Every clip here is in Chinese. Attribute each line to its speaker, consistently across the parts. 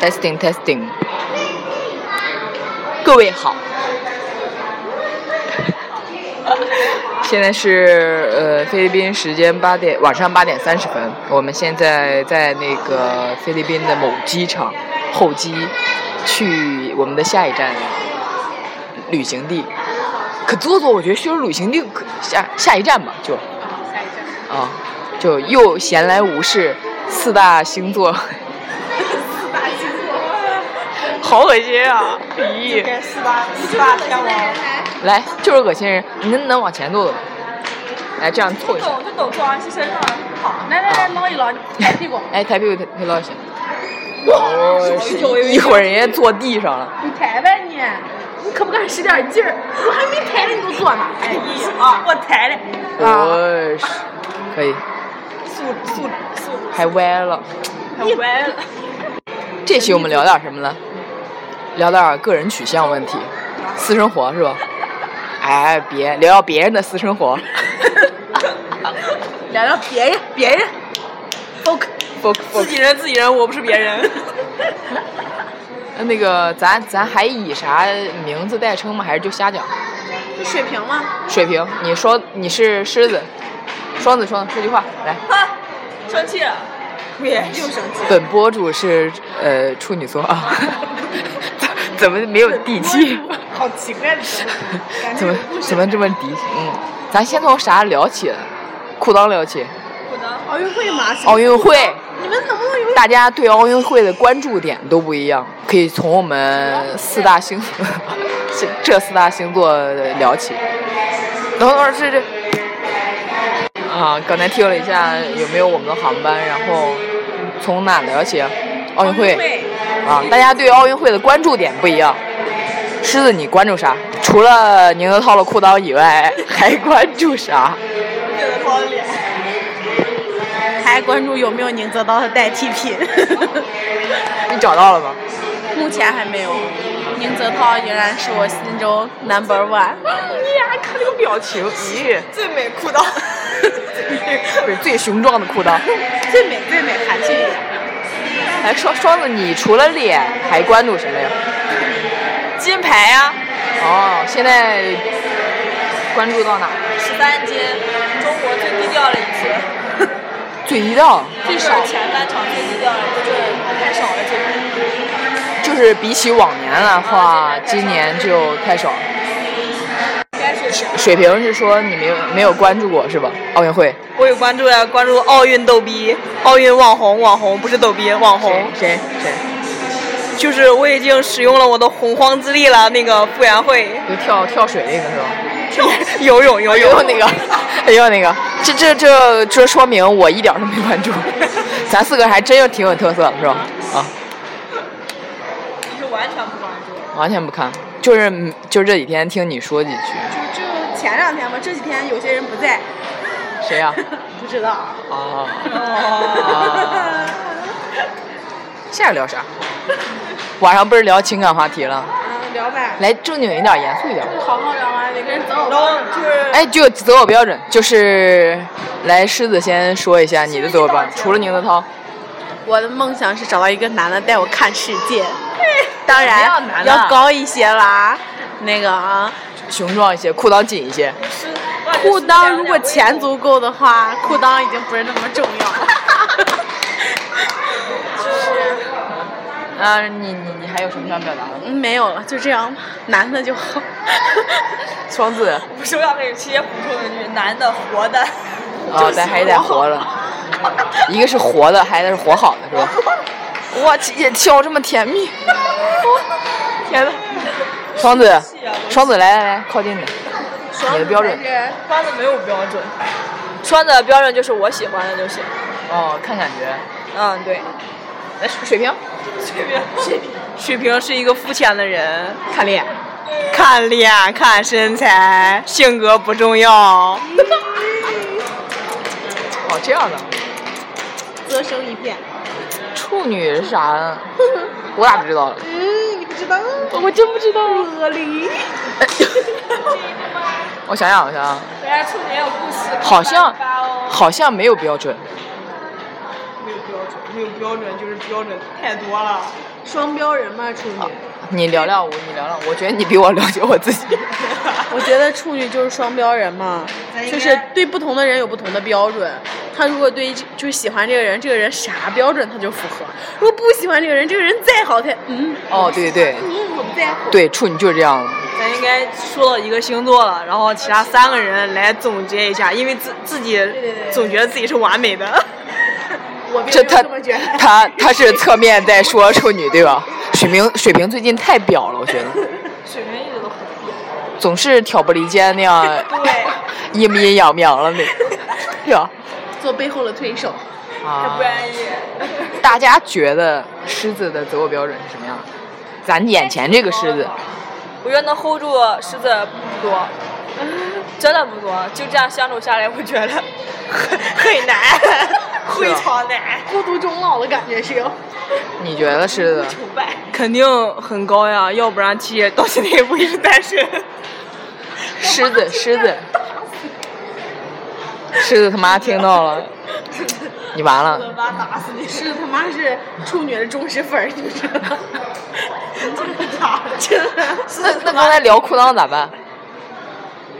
Speaker 1: testing testing，各位好。 现在是呃菲律宾时间八点，晚上八点三十分。我们现在在那个菲律宾的某机场候机，去我们的下一站呃旅行地。可做做，我觉得去旅行地可下下一站吧，就啊，就又闲来无事，四大星座，
Speaker 2: 四大星座，
Speaker 1: 好恶心啊！咦，
Speaker 2: 给四大四大天王，
Speaker 1: 来，就是恶心人，你能不能往前坐坐？来，这样凑一下。
Speaker 2: 抖就抖坐王琦身上，好，来来来捞一捞，抬屁股，
Speaker 1: 哎，抬屁股抬抬到一下。哦
Speaker 2: 哇有有有
Speaker 1: 一会儿人家坐地上了。
Speaker 2: 你抬呗你，你可不可以使点劲儿？我还没抬呢，你就坐那，哎，一二，我抬了，啊，
Speaker 1: 我哦是，可以，
Speaker 2: 素素素，
Speaker 1: 还歪了。
Speaker 2: 还歪了，
Speaker 1: 这期我们聊点什么呢？聊点个人取向问题，私生活是吧？哎，别聊聊别人的私生 活。
Speaker 2: 聊聊别人别人，folk，
Speaker 1: 不不
Speaker 2: 自，己人自己人，我不是别人，
Speaker 1: 那个咱咱还以啥名字代称吗？还是就瞎讲？
Speaker 2: 这水平吗？
Speaker 1: 水平，你说你是狮子，双子双子，说句话来。
Speaker 2: 哈，生气了，别又生气了。
Speaker 1: 本博主是呃处女座啊， 怎么没有底气？
Speaker 2: 好奇怪的节目，感觉
Speaker 1: 怎么
Speaker 2: 有故事
Speaker 1: 怎么这么低？嗯，咱先从啥聊起呢？裤裆聊起，
Speaker 2: 我的奥运会嘛？
Speaker 1: 奥运会，
Speaker 2: 你们能不能有
Speaker 1: 大家对奥运会的关注点都不一样，可以从我们四大星， 这这四大星座聊起。等会儿这这，啊，刚才听了一下有没有我们的航班，然后从哪聊起？奥
Speaker 3: 哦
Speaker 1: 运会。啊，大家对奥运会的关注点不一样。狮子，你关注啥？除了宁泽涛的裤裆以外，还关注啥？
Speaker 2: 给了他脸？还关注有没有宁泽涛的代替品？
Speaker 1: 你找到了吗？
Speaker 2: 目前还没有，宁泽涛仍然是我心中 number one。
Speaker 1: 你呀，看那个表情， 咦，
Speaker 2: 最美裤裆，
Speaker 1: 不是最雄壮的裤裆。
Speaker 2: 最美最美韩剧。
Speaker 1: 哎，双双子，你除了脸还关注什么呀？
Speaker 2: 金牌啊呀、
Speaker 1: 哦，现在关注到哪？
Speaker 2: 十三金，中国最低调了一次，
Speaker 1: 最低调，
Speaker 2: 最少前三场最低调了一次，太少了这个。
Speaker 1: 就是比起往年的话，今年就太少了。
Speaker 2: 应该是
Speaker 1: 水平是说你没有没有关注过是吧？奥运会
Speaker 3: 我有关注呀，关注奥运逗逼、奥运网红、网红不是逗逼，网
Speaker 1: 谁
Speaker 3: 红
Speaker 1: 谁谁？
Speaker 3: 就是我已经使用了我的洪荒之力了。那个傅园慧
Speaker 1: 就哦跳跳水那个是吧？
Speaker 3: 游泳游
Speaker 1: 哎呦
Speaker 3: 泳
Speaker 1: 那个，哎呦那个，这这这这说明我一点儿都没关注， 咱四个还真有挺有特色，是吧？啊，
Speaker 3: 是完全不关注。
Speaker 1: 完全不看，就是嗯就这几天听你说几句，
Speaker 2: 就前两天吧，这几天有些人不在，嗯
Speaker 1: 谁呀、
Speaker 2: 不知道。
Speaker 1: 啊？
Speaker 2: 哦。
Speaker 1: 现在聊啥？晚上不是聊情感话题了，
Speaker 2: 嗯，聊呗。
Speaker 1: 来正经一点，严肃一点。
Speaker 2: 好好聊啊，每个人择偶
Speaker 3: 然后
Speaker 2: 标准。
Speaker 3: 就是
Speaker 1: 哎，就择偶标准，就是来狮子先说一下你的择偶标准，除了宁泽涛，
Speaker 2: 我的梦想是找到一个男的带我看世界，当
Speaker 1: 什么
Speaker 2: 然
Speaker 1: 样哦男的
Speaker 2: 要高一些啦。那个啊，
Speaker 1: 雄壮一些，裤裆紧一些。
Speaker 2: 裤裆如果钱足够的话，裤裆已经不是那么重要了。
Speaker 1: 啊，你你你还有什么想表达的吗？
Speaker 2: 嗯没有了，就这样吧，男的就好。
Speaker 1: 双子，
Speaker 3: 我手要开始直接补充一句：男的活的，
Speaker 1: 啊，但还得活了。一个是活的，还得是活好的，是吧？哇，也笑这么甜蜜，天呐！双子，双子，来来来，靠近点，你的标准。
Speaker 3: 双子没有标准。双子的标准就是我喜欢的就行。
Speaker 1: 哦，看感觉。
Speaker 3: 嗯，对。
Speaker 1: 来，水平。
Speaker 3: 水平，水平是一个肤浅的人，
Speaker 2: 看脸，嗯
Speaker 3: 看脸、看身材，性格不重要。
Speaker 1: 哦，这样的。
Speaker 2: 孪生一片。
Speaker 1: 处女是啥呢？我咋不知道了？
Speaker 2: 嗯，你不知道？
Speaker 1: 我真不知道。
Speaker 2: 恶灵。
Speaker 1: 我想想，我想想，
Speaker 3: 人
Speaker 2: 啊
Speaker 3: 家处女也有故事
Speaker 2: 哦
Speaker 1: 好像好像没有标准。
Speaker 3: 没有标准。
Speaker 4: 没有标准，就是标准太多了。双标人嘛，处女。
Speaker 1: 你聊聊我，你聊聊，我觉得你比我了解我自己。
Speaker 4: 我觉得处女就是双标人嘛，就是对不同的人有不同的标准。他如果对就是喜欢这个人，这个人啥标准他就符合；如果不喜欢这个人，这个人再好他嗯
Speaker 1: 哦，对对
Speaker 4: 嗯我不在乎。
Speaker 1: 对，处女就是这样。
Speaker 3: 咱应该说到一个星座了，然后其他三个人来总结一下，因为自自己
Speaker 4: 对对
Speaker 3: 总觉得自己是完美的。
Speaker 4: 我并没
Speaker 1: 这
Speaker 4: 有
Speaker 1: 他
Speaker 4: 这么觉得。
Speaker 1: 他他是侧面在说处女对吧？水平水平最近太表了，我觉得
Speaker 3: 水平一直都很低。
Speaker 1: 总是挑拨离间那样，
Speaker 3: 对，
Speaker 1: 阴不阴阳不阳了那种，是吧？
Speaker 4: 做背后的推手，
Speaker 1: 啊
Speaker 3: 不，然也
Speaker 1: 大家觉得狮子的择偶标准是什么样的？咱眼前这个狮子，
Speaker 2: 我觉得能 hold 住狮子不多，真的不多。就这样相处下来，我觉得很很难，非常难。
Speaker 4: 孤独终老的感觉是有。
Speaker 1: 你觉得狮子？
Speaker 2: 崇拜，
Speaker 3: 肯定很高呀，要不然七姐到现在也不会是单身。
Speaker 1: 狮子，狮子，狮子他妈听到了，你完了，
Speaker 4: 巴打死你！是他妈是处女的忠实粉儿，你知道吗？ 真的打，真的
Speaker 1: 那 那刚才聊裤裆咋办？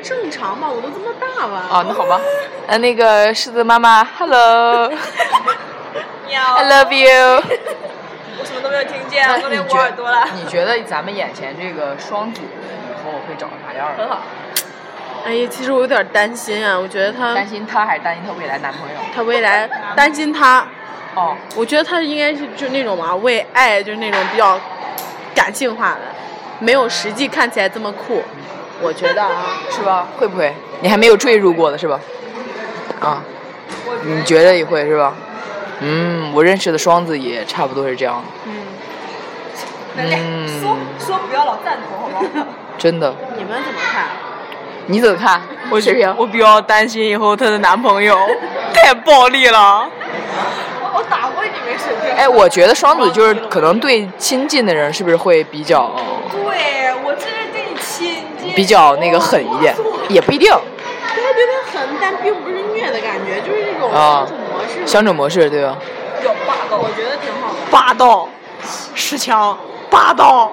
Speaker 4: 正常吧？我都这么大了。
Speaker 1: 啊，那好吧，呃，那个狮子妈妈，Hello，I love you。
Speaker 2: 我什么都没有听见，
Speaker 1: 那
Speaker 2: 我都没有捂耳朵了。
Speaker 1: 你觉得咱们眼前这个双子以后会长啥样儿？
Speaker 2: 很好，
Speaker 4: 哎呀，其实我有点担心啊，我觉得他
Speaker 1: 担心她还是担心她未来男朋友？
Speaker 4: 他未来担心他，
Speaker 1: 哦，
Speaker 4: 我觉得他应该是就那种嘛，为爱就是那种比较感性化的，没有实际看起来这么酷，我觉得啊。
Speaker 1: 是吧？会不会？你还没有坠入过的是吧？啊，你觉得也会是吧？嗯，我认识的双子也差不多是这样，
Speaker 2: 能
Speaker 1: 嗯
Speaker 2: 量说说不要老赞同，好不好？
Speaker 1: 真的。
Speaker 4: 你们怎么看？
Speaker 1: 你怎么看？
Speaker 3: 我
Speaker 1: 水平？
Speaker 3: 我比较担心以后她的男朋友 太暴力了。
Speaker 4: 我打过你们水平。
Speaker 1: 哎，我觉得双子就是可能对亲近的人是不是会比较
Speaker 2: 对我这是对你亲近，
Speaker 1: 比较那个狠一点？也不一定，
Speaker 4: 他对他狠，但并不是虐的感觉，就是一种
Speaker 1: 啊
Speaker 4: 相处模式。
Speaker 1: 相处模式对吧？
Speaker 2: 比较霸道。
Speaker 4: 我觉得挺好的。
Speaker 3: 霸道，十强，霸道。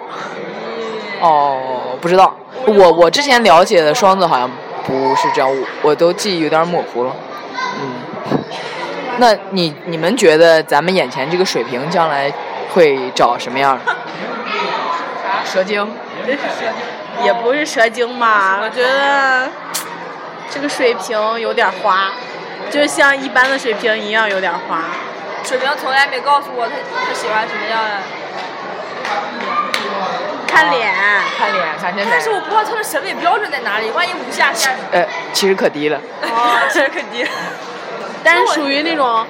Speaker 1: 哦，不知道，我我之前了解的双子好像不是这样，我我都记忆有点模糊了。嗯，那你你们觉得咱们眼前这个水平将来会找什么样的？蛇精，
Speaker 4: 也不是蛇精吧，我觉得这个水平有点花，就像一般的水平一样有点花。
Speaker 2: 水瓶从来没告诉我他他喜欢什么样的，
Speaker 1: 嗯
Speaker 4: 看脸，
Speaker 1: 看脸看身
Speaker 2: 但是我不知道他的审美标准在哪里，万一无下限。
Speaker 1: 呃，其实可低了。
Speaker 2: 哦，这肯定。
Speaker 4: 但是属于那种，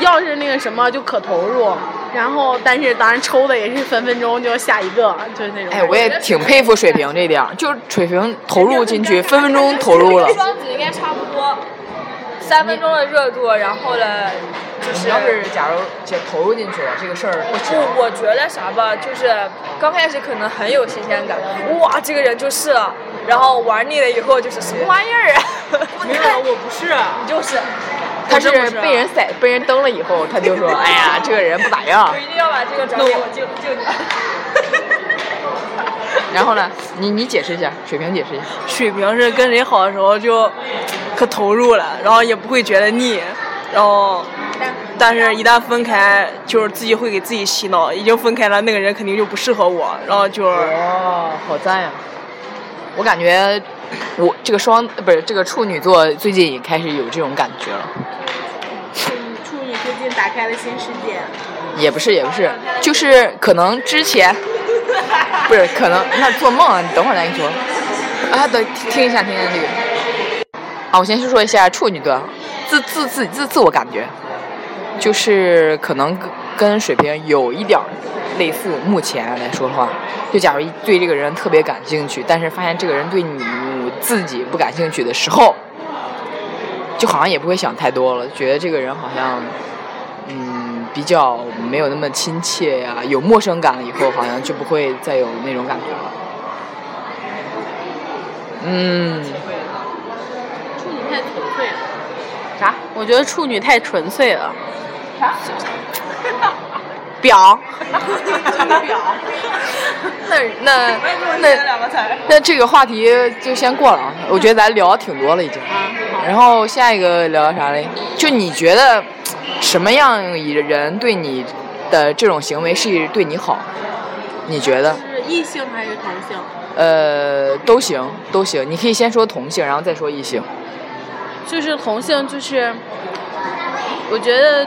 Speaker 4: 要是那个什么就可投入，然后但是当然抽的也是分分钟就下一个，就是那种。
Speaker 1: 哎，我也挺佩服水平这一点儿，就是水平 投入进去，分分钟投入了。
Speaker 2: 双子应该差不多，三分钟的热度，然后呢，就是
Speaker 1: 你要是假如姐投入进去了，这个事儿不行。
Speaker 2: 不，我觉得啥吧，就是刚开始可能很有新鲜感，哇，这个人就是了，然后玩腻了以后就是什么玩意儿 啊，
Speaker 3: 没有，我不是。啊
Speaker 2: 你就是，
Speaker 1: 他是
Speaker 3: 我真不是啊
Speaker 1: 被人宰、被人蹬了以后，他就说：“哎呀，这个人不咋
Speaker 3: 啊
Speaker 1: 样
Speaker 2: 我。一定要把这个转给我舅舅你。”
Speaker 1: 然后呢，你你解释一下，水平解释一下。
Speaker 3: 水瓶是跟谁好的时候就可投入了，然后也不会觉得腻，然后但是一旦分开，就是自己会给自己洗脑，已经分开了，那个人肯定就不适合我，然后就是
Speaker 1: 哇，哦好赞呀、我感觉我这个双呃不是这个处女座最近也开始有这种感觉了，
Speaker 4: 处女最近打开了新世界。
Speaker 1: 也不是也不是，就是可能之 前不是可能那做梦啊，你等会儿再跟你说。啊，等听听一下，听一下这个。啊，我先说一下处女座，自自自自自我感觉，就是可能跟跟水瓶有一点儿类似。目前来说的话，就假如一对这个人特别感兴趣，但是发现这个人对你自己不感兴趣的时候，就好像也不会想太多了，觉得这个人好像，嗯，比较没有那么亲切呀、有陌生感了以后，好像就不会再有那种感觉了。嗯，
Speaker 4: 处女太纯粹了，
Speaker 1: 啥？
Speaker 4: 我觉得处女太纯粹了。
Speaker 1: 表。
Speaker 4: 表，
Speaker 1: 那那那
Speaker 3: 两 个词儿。
Speaker 1: 那这个话题就先过了，啊，我觉得咱聊挺多了已经。
Speaker 4: 嗯
Speaker 1: 然后下一个聊啥嘞？就你觉得什么样人对你的这种行为是对你好？你觉得？
Speaker 4: 是异性还是同性？
Speaker 1: 呃，都行，都行。你可以先说同性，然后再说异性。
Speaker 4: 就是同性，就是我觉得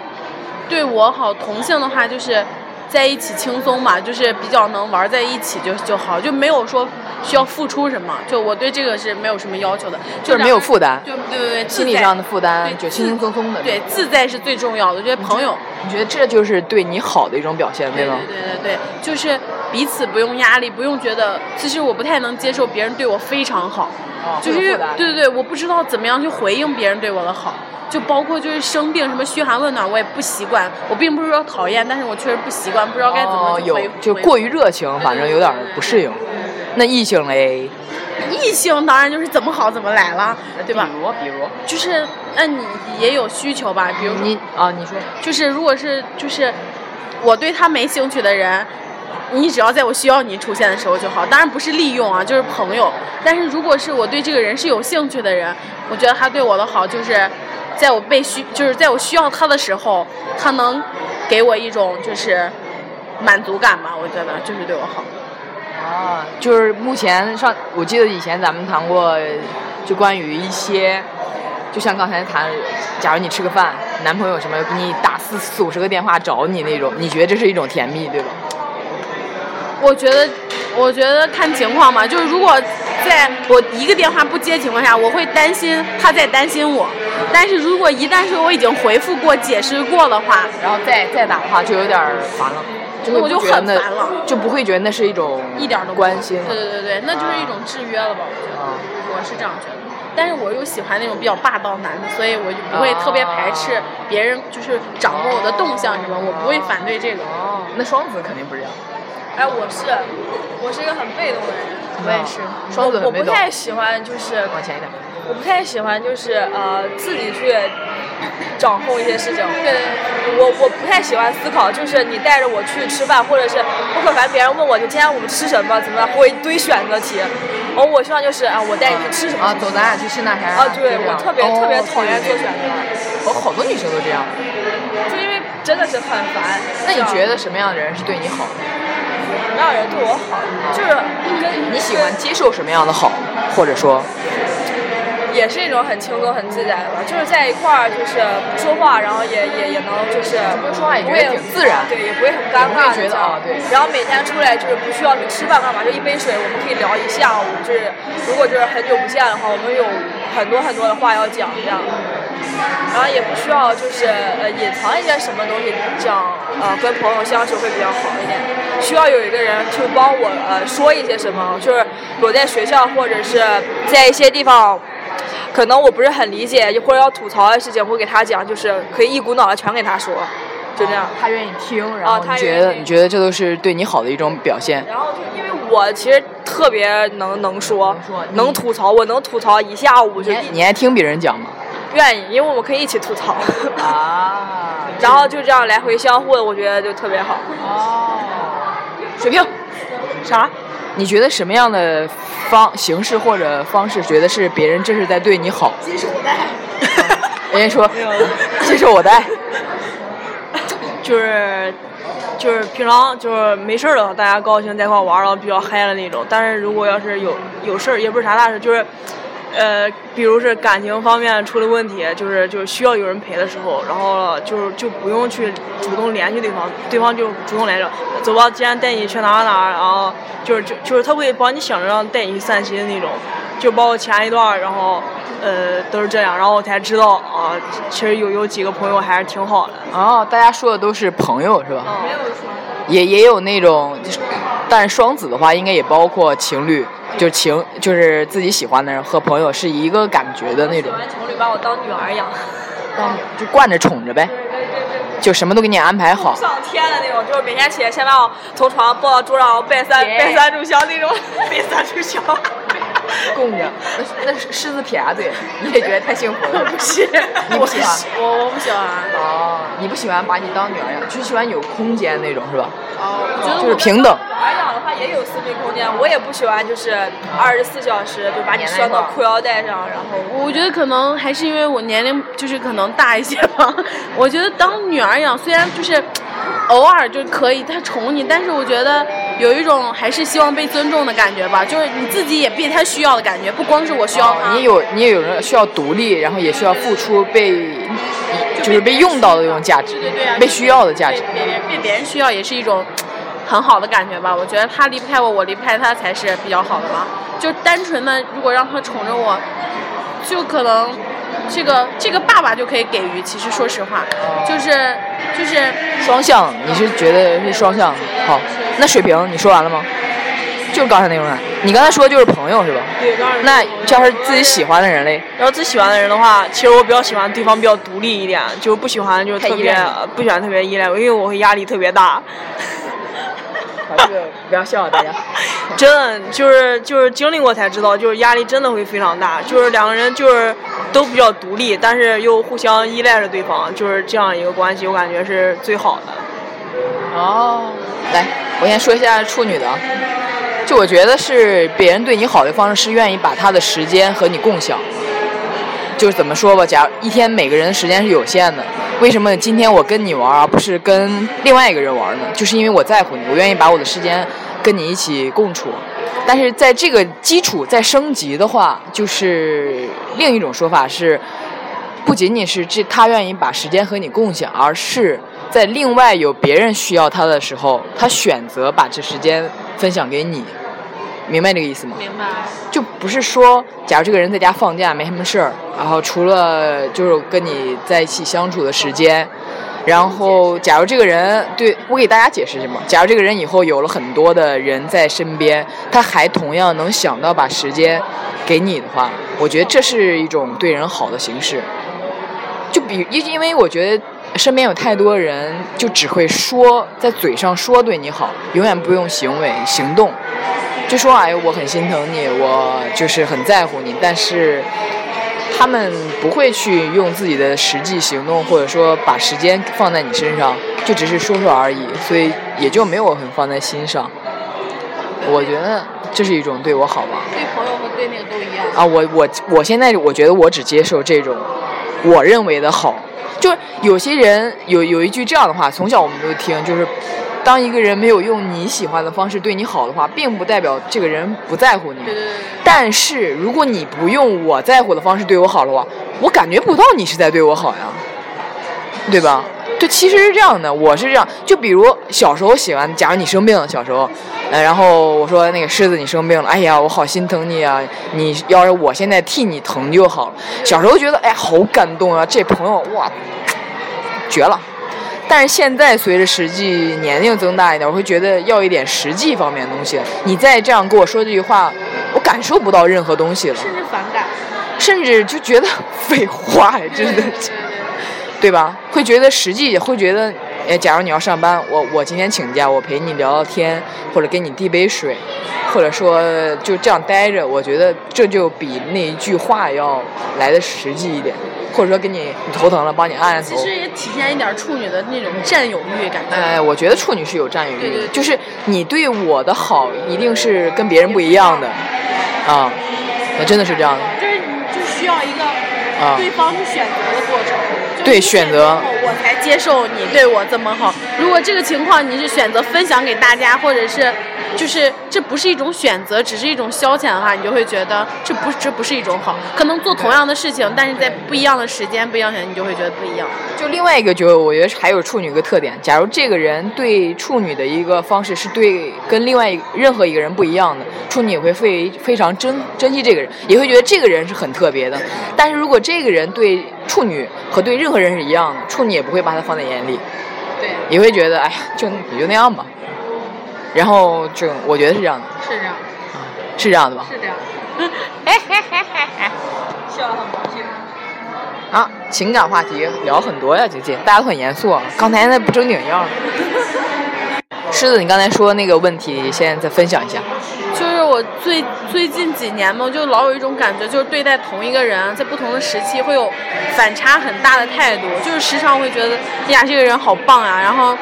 Speaker 4: 对我好。同性的话，就是在一起轻松吧，就是比较能玩在一起就就好，就没有说需要付出什么。就我对这个是没有什么要求的，
Speaker 1: 就是没有负担
Speaker 4: 就对对对，自
Speaker 1: 心理
Speaker 4: 在
Speaker 1: 上的负担
Speaker 4: 对
Speaker 1: 就轻轻松松的。
Speaker 4: 对，自在是最重要的。我觉得朋友，
Speaker 1: 你觉得这就是对你好的一种表现，
Speaker 4: 对
Speaker 1: 吗
Speaker 4: 对？对对对，就是彼此不用压力，不用觉得。其实我不太能接受别人对我非常好，
Speaker 1: 哦
Speaker 4: 就
Speaker 1: 会有
Speaker 4: 是
Speaker 1: 负担
Speaker 4: 对对对，我不知道怎么样去回应别人对我的好，就包括就是生病什么嘘寒问暖，我也不习惯。我并不是说讨厌，但是我确实不习惯，不知道该怎么
Speaker 1: 哦，
Speaker 4: 去
Speaker 1: 有
Speaker 4: 回、
Speaker 1: 就
Speaker 4: 回
Speaker 1: 过于热情，反正有点儿不适应。那异性嘞？
Speaker 4: 异性当然就是怎么好怎么来了，对吧？
Speaker 1: 如，比如，
Speaker 4: 就是那你也有需求吧，比如说
Speaker 1: 你啊，你说，
Speaker 4: 就是如果是就是我对他没兴趣的人，你只要在我需要你出现的时候就好。当然不是利用啊，就是朋友。但是如果是我对这个人是有兴趣的人，我觉得他对我的好就是在我被需就是在我需要他的时候，他能给我一种就是满足感吧。我觉得就是对我好。
Speaker 1: 啊，就是目前上，我记得以前咱们谈过，就关于一些，就像刚才谈，假如你吃个饭，男朋友什么给你打四四五十个电话找你那种，你觉得这是一种甜蜜，对吧？
Speaker 4: 我觉得，我觉得看情况吧。就是如果在我一个电话不接情况下，我会担心他在担心我。但是如果一旦是我已经回复过、解释过的话，
Speaker 1: 然后再再打的话，就有点儿烦了，就会
Speaker 4: 我就
Speaker 1: 不觉得
Speaker 4: 很
Speaker 1: 那
Speaker 4: 烦了
Speaker 1: 就不会觉得那是一种
Speaker 4: 一点儿都不
Speaker 1: 关心
Speaker 4: 对对对对，那就是一种制约了吧？我觉得，
Speaker 1: 啊。
Speaker 4: 我是这样觉得。但是我又喜欢那种比较霸道男的，所以我就不会特别排斥别人，就是掌握我的动向什么，我不会反对这个。
Speaker 1: 哦，那双子肯定不是这样。
Speaker 2: 哎，我是，我是一个很被动的人。
Speaker 1: 我也是，双子
Speaker 2: 我
Speaker 1: 很
Speaker 2: 我
Speaker 1: 被
Speaker 2: 不
Speaker 1: 动。
Speaker 2: 太喜欢，就是
Speaker 1: 往前一点。
Speaker 2: 我不太喜欢，就是呃自己去掌控一些事情。对，我我不太喜欢思考，就是你带着我去吃饭，或者是不可烦别人问我，就今天我们吃什么，怎么样，会一堆选择题。而我希望就是啊，我
Speaker 4: 哎
Speaker 2: 带你去吃什么
Speaker 1: 啊，走，咱俩去吃那啥。
Speaker 2: 啊，
Speaker 1: 就
Speaker 2: 对
Speaker 1: 这
Speaker 2: 我
Speaker 1: 样
Speaker 2: 特别、特别讨厌做选，
Speaker 1: 哦
Speaker 2: 择，
Speaker 1: 对对对我好多女生都这样。
Speaker 2: 就因为真的是很烦。
Speaker 1: 那你
Speaker 2: 这样
Speaker 1: 觉得什么样的人是对你好的？
Speaker 2: 让人对我好，就是跟
Speaker 1: 你喜欢接受什么样的好？或者说，
Speaker 2: 也是一种很轻松、很自在的吧，就是在一块儿，就是不说话，然后也也也能就是
Speaker 1: 不说话也觉
Speaker 2: 不
Speaker 1: 得
Speaker 2: 会
Speaker 1: 挺
Speaker 2: 很
Speaker 1: 自然
Speaker 2: 对，也不会很尴
Speaker 1: 也不
Speaker 2: 尬
Speaker 1: 会觉
Speaker 2: 的
Speaker 1: 得
Speaker 2: 这样
Speaker 1: 啊对
Speaker 2: 然后每天出来就是不需要去吃饭干嘛，就一杯水，我们可以聊一下午，就是如果就是很久不见的话，我们有很多很多的话要讲这样。然后也不需要就是呃隐藏一些什么东西，这样呃跟朋友相处会比较好一点。需要有一个人去帮我呃说一些什么，就是我在学校或者是在一些地方，可能我不是很理解或者要吐槽的事情，我会给他讲，就是可以一股脑的全给他说，就这样。
Speaker 1: 他愿意听，然
Speaker 2: 啊
Speaker 1: 后你
Speaker 2: 他
Speaker 1: 觉
Speaker 2: 愿意
Speaker 1: 得
Speaker 2: 听
Speaker 1: 你觉得这都是对你好的一种表现。
Speaker 2: 然后就因为我其实特别能能说
Speaker 1: 能说，你
Speaker 2: 能吐槽，我能吐槽一下午就
Speaker 1: 你还你还听别人讲吗？
Speaker 2: 愿意，因为我们可以一起吐槽，
Speaker 1: 啊，
Speaker 2: 然后就这样来回相互，我觉得就特别好。
Speaker 1: 哦水平啥？你觉得什么样的方形式或者方式，觉得是别人这是在对你好？接受我的 爱。人家说接受我的爱，
Speaker 3: 就是就是平常就是没事儿的话，大家高兴在一块儿玩儿，然后比较嗨的那种。但是如果要是有有事儿，也不是啥大事，就是呃，比如是感情方面出了问题，就是就是需要有人陪的时候，然后就是就不用去主动联系对方，对方就主动来着，走吧，今天带你去哪儿哪儿，然后就是就就是他会帮你想着让带你去散心那种。就包括前一段儿，然后呃都是这样，然后我才知道啊，其实有有几个朋友还是挺好的。
Speaker 1: 哦，大家说的都是朋友是吧？
Speaker 2: 没有
Speaker 1: 也也有那种，但是双子的话，应该也包括情侣，就是情就是自己喜欢的人和朋友是一个感觉的那
Speaker 2: 喜
Speaker 1: 种，
Speaker 2: 欢情侣把我当女儿养，
Speaker 1: 就惯着宠着呗，就什么都给你安排好。
Speaker 2: 上天的那种，就是每天起来先把我从床上抱到桌上，然后拜三
Speaker 1: 耶
Speaker 2: 拜三炷香那种，拜三炷香，
Speaker 1: 供着，那那狮子撇嘴，你也觉得太幸福了。
Speaker 4: 不是，
Speaker 1: 你不
Speaker 4: 我
Speaker 1: 喜欢
Speaker 4: 是我我不喜欢。
Speaker 1: 哦，你不喜欢把你当女儿养，就喜欢有空间那种是吧？
Speaker 2: 哦，我觉得
Speaker 1: 就是平等
Speaker 2: 玩养的话也有私密空间，我也不喜欢就是二十四小时就把你拴到裤腰带上，然后
Speaker 4: 我觉得可能还是因为我年龄就是可能大一些吧。 我觉得当女儿养，虽然就是偶尔就可以她宠你，但是我觉得有一种还是希望被尊重的感觉吧，就是你自己也被她需要的感觉，不光是我需要她。
Speaker 1: 哦你有你也有人需要独立，然后也需要付出被，就是被用到的那种价值，
Speaker 4: 对对啊，
Speaker 1: 被需要的价值
Speaker 4: 被。被别人被别人需要也是一种很好的感觉吧。我觉得他离不开我，我离不开他才是比较好的吧。就单纯的，如果让他宠着我，就可能这个这个爸爸就可以给予。其实说实话，就是就是
Speaker 1: 双向，你是觉得是双向？好，那水平你说完了吗？就是刚才那种感觉，你刚才说就是朋友是吧？
Speaker 3: 对，当然
Speaker 1: 那要是自己喜欢的人嘞，
Speaker 3: 然后最喜欢的人的话，其实我比较喜欢对方比较独立一点，就不喜欢就特
Speaker 1: 太依
Speaker 3: 别
Speaker 1: 赖你
Speaker 3: 不喜欢特别依赖，因为我会压力特别大。
Speaker 1: 这个不要笑大家。
Speaker 3: 真的就是就是经历过才知道，就是压力真的会非常大，就是两个人就是都比较独立，但是又互相依赖着对方，就是这样一个关系，我感觉是最好的。
Speaker 1: 哦，来，我先说一下处女的啊，就我觉得是别人对你好的方式是愿意把他的时间和你共享。就是怎么说吧，假如一天每个人的时间是有限的，为什么今天我跟你玩儿而不是跟另外一个人玩儿呢？就是因为我在乎你，我愿意把我的时间跟你一起共处。但是在这个基础再升级的话，就是另一种说法是，不仅仅是这他愿意把时间和你共享，而是在另外有别人需要他的时候，他选择把这时间分享给你，明白这个意思吗？
Speaker 4: 明白。
Speaker 1: 就不是说，假如这个人在家放假没什么事儿，然后除了就是跟你在一起相处的时间，然后假如这个人对我给大家解释什么？假如这个人以后有了很多的人在身边，他还同样能想到把时间给你的话，我觉得这是一种对人好的形式。就比因因为我觉得身边有太多人就只会说在嘴上说对你好，永远不用行为行动，就说哎我很心疼你，我就是很在乎你，但是他们不会去用自己的实际行动，或者说把时间放在你身上，就只是说说而已，所以也就没有很放在心上。我觉得这是一种对我好吧。
Speaker 4: 对朋友和对那个都一样。
Speaker 1: 啊，我我我现在我觉得我只接受这种我认为的好，就是有些人有有一句这样的话，从小我们都听，就是当一个人没有用你喜欢的方式对你好的话，并不代表这个人不在乎你。
Speaker 4: 对对对
Speaker 1: 但是如果你不用我在乎的方式对我好的话，我感觉不到你是在对我好呀，对吧？就其实是这样的，我是这样。就比如小时候喜欢，假如你生病了，小时候，呃，然后我说那个狮子你生病了，哎呀，我好心疼你啊！你要是我现在替你疼就好了。小时候觉得哎，好感动啊，这朋友哇，绝了。但是现在随着实际年龄增大一点，我会觉得要一点实际方面的东西。你再这样跟我说这句话，我感受不到任何东西了，
Speaker 4: 甚至反感。
Speaker 1: 甚至就觉得 废话呀，真的 是，对吧？会觉得实际，会觉得，哎，假如你要上班，我我今天请假，我陪你聊聊天，或者给你递杯水，或者说就这样待着，我觉得这就比那一句话要来的实际一点，或者说给你你头疼了，帮你按按头。
Speaker 4: 其实也体现一点处女的那种占有欲感觉。
Speaker 1: 哎，我觉得处女是有占有欲的，
Speaker 4: 对对对
Speaker 1: 就是你对我的好一定是跟别人不一样的，啊，那真的是这样的。
Speaker 4: 就是你就需要一个
Speaker 1: 啊
Speaker 4: 对方去选择的过程。就是
Speaker 1: 对
Speaker 4: 你
Speaker 1: 选择
Speaker 4: 我，我才接受你对我这么好。如果这个情况你是选择分享给大家，或者是就是这不是一种选择，只是一种消遣的话，你就会觉得这不这不是一种好。可能做同样的事情，但是在不一样的时间、不一样的时间，你就会觉得不一样。
Speaker 1: 就另外一个，就是我觉得还有处女一个特点，假如这个人对处女的一个方式是对跟另外一个任何一个人不一样的，处女也会非非常珍珍惜这个人，也会觉得这个人是很特别的。但是如果这个人对处女和对任何人是一样的，处女也不会把他放在眼里。
Speaker 4: 对，
Speaker 1: 也会觉得哎呀，就也就那样吧。然后就我觉得是这样的，
Speaker 4: 是这样，
Speaker 1: 是这样的吧？
Speaker 4: 是这样。
Speaker 1: 啊，情感话题聊很多呀，最近大家都很严肃啊，刚才那不正经样儿。 狮子，你刚才说那个问题，先再分享一下。
Speaker 4: 就是我我最最近几年嘛，就老有一种感觉，就是对待同一个人，啊在不同的时期会有反差很大的态度，就是时常会觉得，哎呀，这个人好棒啊，然后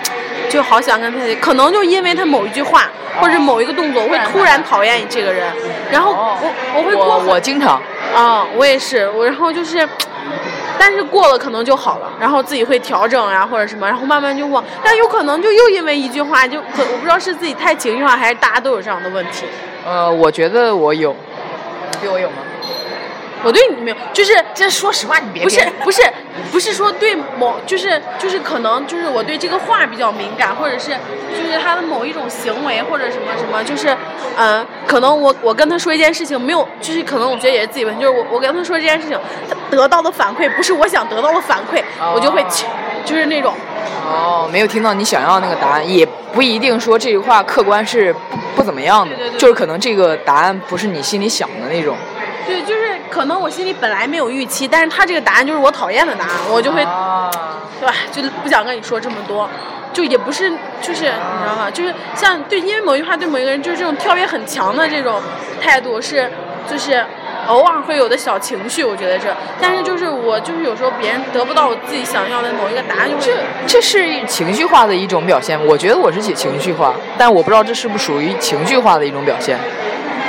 Speaker 4: 就好想跟他，可能就因为他某一句话或者某一个动作，我会哦突然讨厌你这个人，然后我我会过
Speaker 1: 我
Speaker 4: 很
Speaker 1: 我经常，
Speaker 4: 啊、我也是，我然后就是，但是过了可能就好了，然后自己会调整啊或者什么，然后慢慢就忘，但有可能就又因为一句话就可我不知道是自己太情绪化还是大家都有这样的问题。
Speaker 1: 呃，我觉得我有，对我有吗？
Speaker 4: 我对你没有，就是
Speaker 1: 这说实话，你别
Speaker 4: 不是
Speaker 1: 编
Speaker 4: 不是不是说对某就是就是可能就是我对这个话比较敏感，或者是就是他的某一种行为或者什么什么，就是嗯、呃可能我我跟他说一件事情没有，就是可能我觉得也是自己问题，就是我我跟他说这件事情，他得到的反馈不是我想得到的反馈，我就会
Speaker 1: 哦
Speaker 4: 切就是那种
Speaker 1: 哦，没有听到你想要那个答案，也不一定说这句话客观是不不怎么样的，就是可能这个答案不是你心里想的那种。
Speaker 4: 对，就是可能我心里本来没有预期，但是他这个答案就是我讨厌的答案，我就会
Speaker 1: 啊，
Speaker 4: 对吧？就不想跟你说这么多，就也不是，就是
Speaker 1: 啊
Speaker 4: 你知道吗？就是像对，因为某一句话对某一个人，就是这种跳跃很强的这种态度是，就是偶尔会有的小情绪，我觉得是。但是就是我就是有时候别人得不到我自己想要的某一个答案，就会
Speaker 1: 这是情绪化的一种表现，我觉得我是情绪化，但我不知道这是不是属于情绪化的一种表现。，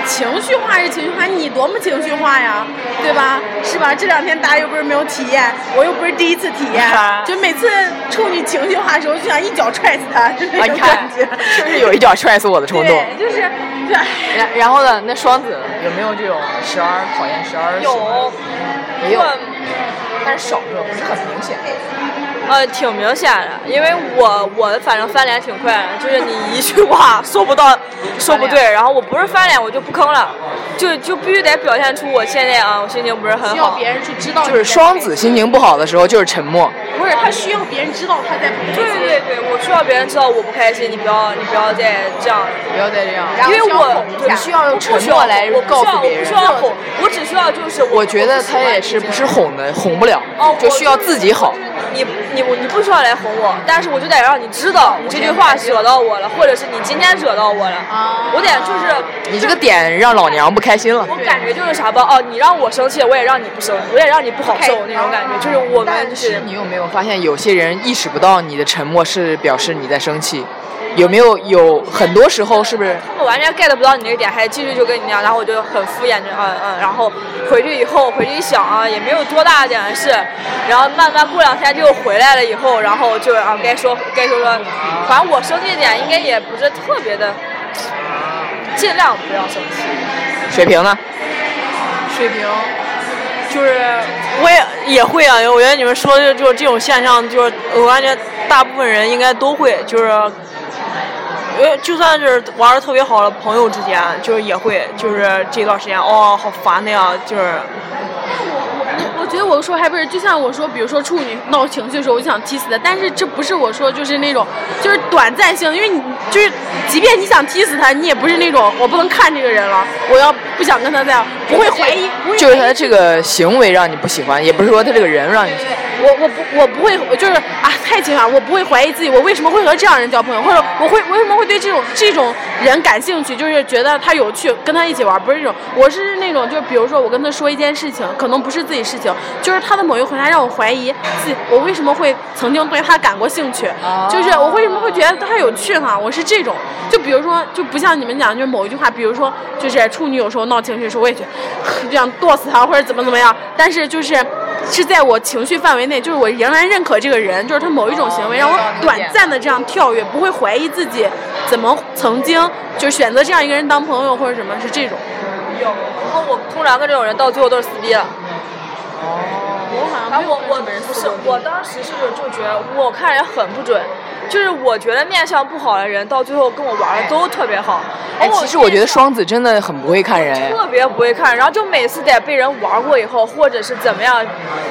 Speaker 4: 情绪化是情绪化，你多么情绪化呀，对吧？是吧？这两天大家又不是没有体验，我又不是第一次体验就每次处女情绪化的时候，就想一脚踹死他，就
Speaker 1: 啊，
Speaker 4: 那
Speaker 1: 你
Speaker 4: 种
Speaker 1: 看
Speaker 4: 感觉。，
Speaker 1: 是不是有一点踹死我的冲动？
Speaker 4: 对，就是对。
Speaker 1: 然然后呢？那双子有没有这种十二讨厌十二？
Speaker 2: 有，
Speaker 1: 也有
Speaker 2: 不，过
Speaker 1: 但是少数，不是很明显。
Speaker 2: 呃，挺明显的，因为我我反正翻脸挺快的，就是你一句话 说不到，说不对，然后我不是翻脸我就不吭了，就就必须得表现出我现在啊，我心情不是很
Speaker 4: 需要
Speaker 2: 好。
Speaker 4: 别人去知道，
Speaker 1: 就是双子心情不好的时候就是沉默，
Speaker 4: 不是他需要别人知道他在不开
Speaker 2: 对
Speaker 4: 心，
Speaker 2: 对对，我需要别人知道我不开心，你不要你不要再这样，
Speaker 1: 不要再这样。
Speaker 4: 然后
Speaker 2: 因为
Speaker 4: 需要
Speaker 2: 我
Speaker 4: 哄一
Speaker 2: 对
Speaker 4: 下
Speaker 1: 需要用
Speaker 2: 我不
Speaker 1: 沉
Speaker 2: 需要
Speaker 1: 默来
Speaker 2: 我不
Speaker 1: 告
Speaker 2: 需要
Speaker 1: 诉别人
Speaker 2: 我不需要哄，我只需要就是
Speaker 1: 我觉得他也是不是哄的，哄不了
Speaker 2: 哦，，
Speaker 1: 就
Speaker 2: 我
Speaker 1: 需要自己好
Speaker 2: 就。是你你我你不需要来哄我，但是我就得让你知道你这句话惹到我了，或者是你今天惹到
Speaker 1: 啊
Speaker 2: 我了，
Speaker 4: 啊
Speaker 2: 我得就是
Speaker 1: 你这个点让老娘不开心了。
Speaker 2: 我感觉就是啥吧，哦，你让我生气，我也让你不生，我也让你不好受那种感觉，就是我们就
Speaker 1: 但
Speaker 2: 是
Speaker 1: 是你有没有发现，有些人意识不到你的沉默是表示你在生气？有没有有很多时候是不是？
Speaker 2: 我完全 get 不到你那个点，还继续就跟你那样，然后我就很敷衍着，嗯嗯，然后回去以后回去一想啊，也没有多大点事，然后慢慢过两天就回来了以后，然后就啊该说该说说，反正我生气点应该也不是特别的，尽量不要生气。
Speaker 1: 水平呢？
Speaker 3: 水平，就是我也也会啊。我觉得你们说的就是这种现象，就是我感觉大部分人应该都会，就是。呃，就算是玩的特别好的朋友之间，就是也会，就是这段时间哦，好烦的呀，就是
Speaker 4: 我觉得我说还不是，就像我说，比如说处女闹情绪的时候，我就想踢死他，但是这不是我说就是那种就是短暂性的，因为你就是即便你想踢死他，你也不是那种我不能看这个人了，我要不想跟他在，不会怀疑，不会
Speaker 1: 就是
Speaker 4: 怀疑
Speaker 1: 他这个行为让你不喜欢，也不是说他这个人让你喜欢。
Speaker 4: 我我不我不会，我就是啊，太情感，我不会怀疑自己，我为什么会和这样人交朋友，或者我会我为什么会对这种这种人感兴趣，就是觉得他有趣，跟他一起玩，不是那种，我是那种，就比如说我跟他说一件事情，可能不是自己事情，就是他的某一个回答让我怀疑自己，我为什么会曾经对他感过兴趣，就是我为什么会觉得他有趣哈、我是这种，就比如说，就不像你们讲，就是某一句话，比如说，就是处女有时候闹情绪的时候，我也觉得就想剁死他或者怎么怎么样，但是就是。是在我情绪范围内，就是我仍然认可这个人，就是他某一种行为让我短暂的这样跳跃，不会怀疑自己怎么曾经就是选择这样一个人当朋友或者什么，是这种。
Speaker 2: 有，然后我通常跟这种人到最后都是撕逼了。
Speaker 3: 哦
Speaker 4: 我好
Speaker 2: 然后我我不是，我当时是就觉得我看人很不准，就是我觉得面相不好的人到最后跟我玩的都特别好。
Speaker 1: 哎，
Speaker 2: 然后
Speaker 1: 其实我觉得
Speaker 2: 面相
Speaker 1: 双子真的很不会看人。
Speaker 2: 特别不会看，然后就每次得被人玩过以后，或者是怎么样，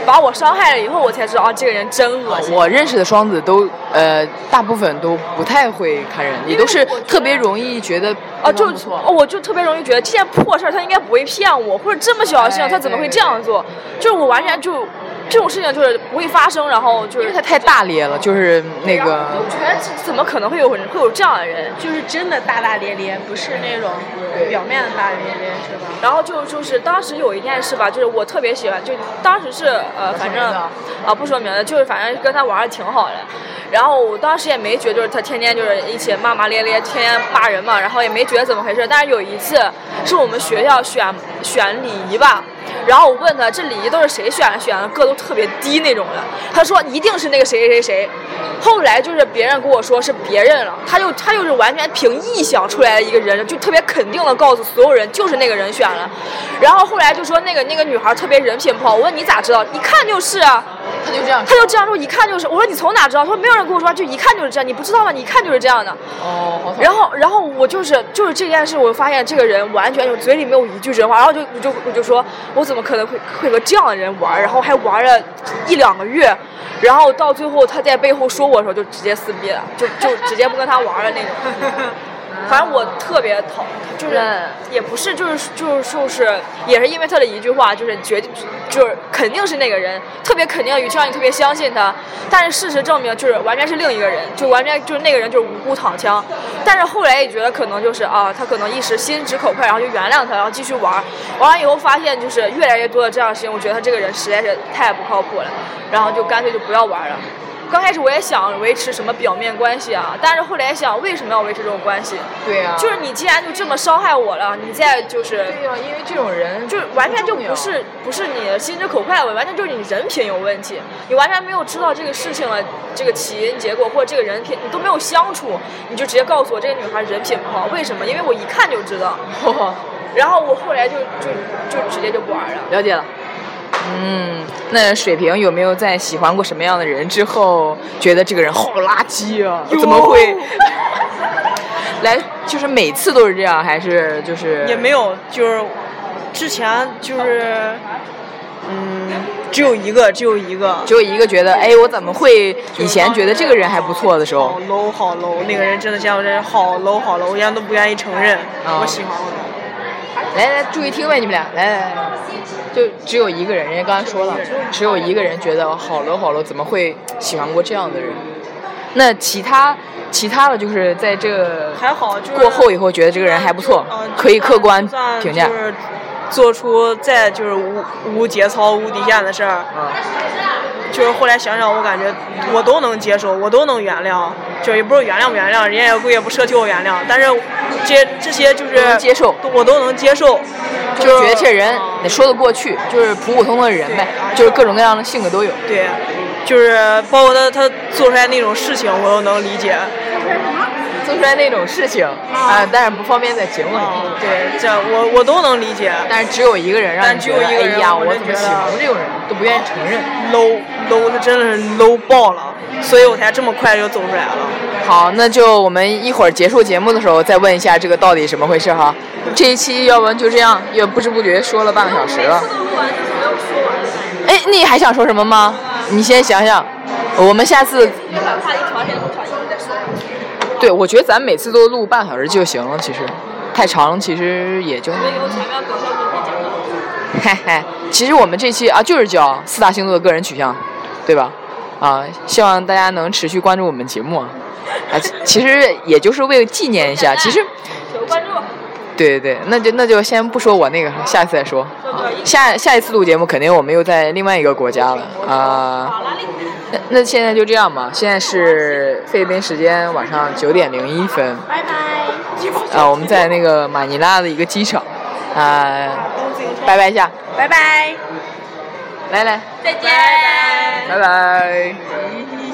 Speaker 2: 把我伤害了以后，我才知道啊，这个人真恶心。
Speaker 1: 哎我认识的双子都呃，大部分都不太会看人，也都是特别容易觉得
Speaker 2: 啊，
Speaker 1: 对
Speaker 2: 就
Speaker 1: 方不错
Speaker 2: 哦，我就特别容易觉得这件破事儿他应该不会骗我，或者这么小的事情
Speaker 1: 哎
Speaker 2: 他怎么
Speaker 1: 对
Speaker 2: 会
Speaker 1: 对
Speaker 2: 这样做？就是我完全就这种事情就是不会发生，然后就
Speaker 1: 因
Speaker 2: 是
Speaker 1: 为它太大咧了，就是那
Speaker 2: 然后
Speaker 1: 个
Speaker 2: 我觉得这怎么可能会有人会有这样的人？
Speaker 4: 就是真的大大咧咧，不是那种表面的大大咧咧，是吧？
Speaker 2: 然后就就是当时有一件事吧，就是我特别喜欢，就当时是呃，反正啊、不说名字，就是反正跟他玩的挺好的。然后我当时也没觉得，就是他天天就是一起骂骂咧咧，天天骂人嘛，然后也没觉得怎么回事。但是有一次是我们学校选选礼仪吧，然后我问他这礼仪都是谁选的，选的个都特别低那种的，他说一定是那个谁谁谁。后来就是别人跟我说是别人了，他就他就是完全凭臆想出来的一个人，就特别肯定的告诉所有人就是那个人选了。然后后来就说那个那个女孩特别人品不好，我问你咋知道？一看就是啊。
Speaker 1: 他就这样
Speaker 2: 他就这样说，一看就是。我说你从哪知道？他说没有人跟我说，就一看就是这样。你不知道吗？你一看就是这样的。
Speaker 1: 哦，好讨厌
Speaker 2: 然后，然后我就是就是这件事，我发现这个人完全就嘴里没有一句真话，然后就我就我就说，我怎么可能会会和这样的人玩儿？然后还玩了一两个月，然后到最后他在背后说我的时候，就直接撕逼了，就就直接不跟他玩了那种。反正我特别讨，就是也不是，就是就是就是，也是因为他的一句话，就是决定，就是肯定是那个人，特别肯定于这让你特别相信他，但是事实证明就是完全是另一个人，就完全就是那个人就是无辜躺枪，但是后来也觉得可能就是啊，他可能一时心直口快，然后就原谅他，然后继续玩儿，玩完以后发现就是越来越多的这样的事情，我觉得他这个人实在是太不靠谱了，然后就干脆就不要玩了。刚开始我也想维持什么表面关系啊，但是后来想为什么要维持这种关系？
Speaker 1: 对呀、
Speaker 2: 就是你既然就这么伤害我了，你再就是
Speaker 1: 对呀、因为这种人
Speaker 2: 就是完全
Speaker 1: 嗯
Speaker 2: 就
Speaker 1: 重要
Speaker 2: 不是不是你心直口快，完全就是你人品有问题，你完全没有知道这个事情的这个起因结果或者这个人品，你都没有相处，你就直接告诉我这个女孩人品不好，为什么？因为我一看就知道。然后我后来就就就直接就不玩了。
Speaker 1: 了解了。嗯，那水瓶有没有在喜欢过什么样的人之后，觉得这个人好垃圾啊？怎么会？ 来，就是每次都是这样，还是就是
Speaker 3: 也没有，就是之前就是，嗯，只有一个，只有一个，
Speaker 1: 只有一个觉得，哎，我怎么会以前觉得这个人还不错的时
Speaker 3: 好
Speaker 1: 候，
Speaker 3: low 好 low，那个人真的见我这人好 low 好 low，人家都不愿意承认、
Speaker 1: 啊
Speaker 3: 我喜欢过他。
Speaker 1: 来来，注意听呗，你们俩，来来来，就只有一个人，人家刚才说了，只有一个人觉得好 low 好 low，怎么会喜欢过这样的人？那其他其他的就是在这个
Speaker 3: 还好，就是
Speaker 1: 过后以后觉得这个人还不错
Speaker 3: 嗯
Speaker 1: 可以客观
Speaker 3: 就算
Speaker 1: 评价
Speaker 3: 就是做出再就是无无节操、无底线的事儿，
Speaker 1: 嗯
Speaker 3: 就是后来想想，我感觉我都能接受，我都能原谅，就也不是原谅不原谅，人家也不也不奢求我原谅，但是这这些就是
Speaker 1: 都能接受
Speaker 3: 都我都能接受，嗯
Speaker 1: 就是觉得这人得说得过去，就是普普通通的人呗，就是各种各样的性格都有。
Speaker 3: 对，就是包括他他做出来那种事情，我都能理解。
Speaker 1: 做出来那种事情
Speaker 3: 嗯
Speaker 1: 啊，但是不方便在节目里。
Speaker 3: 对，这我我都能理解。
Speaker 1: 但是只有一个人让
Speaker 3: 但
Speaker 1: 你
Speaker 3: 只
Speaker 1: 觉
Speaker 3: 有
Speaker 1: 得，
Speaker 3: 一个人
Speaker 1: 哎呀，
Speaker 3: 我
Speaker 1: 我
Speaker 3: 就
Speaker 1: 怎么
Speaker 3: 觉
Speaker 1: 喜
Speaker 3: 得
Speaker 1: 欢过这种人，都不愿意承认。
Speaker 3: low low，他真的是 low 爆了，所以我才这么快就走出来了。
Speaker 1: 好，那就我们一会儿结束节目的时候再问一下这个到底什么回事哈。这一期要不然就这样，也不知不觉说了半个小时了。哎，你还想说什么吗？你先想想，我们下次
Speaker 2: 就很怕一条线不长，一再说。
Speaker 1: 对我觉得咱每次都录半个小时就行了，其实太长了，其实也就
Speaker 2: 所以我前面搞笑不会讲的。
Speaker 1: 嘿嘿，其实我们这期啊就是叫四大星座的个人取向，对吧？啊，希望大家能持续关注我们节目啊。啊，其其实也就是为了纪念一下，其实。
Speaker 2: 求关注，
Speaker 1: 对对对，那就那就先不说我那个，下次再说。啊下下一次录节目，肯定我们又在另外一个国家了啊、那那现在就这样吧，现在是菲律宾时间晚上九点零一分。拜拜。啊，我们在那个马尼拉的一个机场啊，拜拜一下，
Speaker 4: 拜拜。
Speaker 1: 来来，
Speaker 2: 再见。
Speaker 1: 拜拜。
Speaker 3: 咦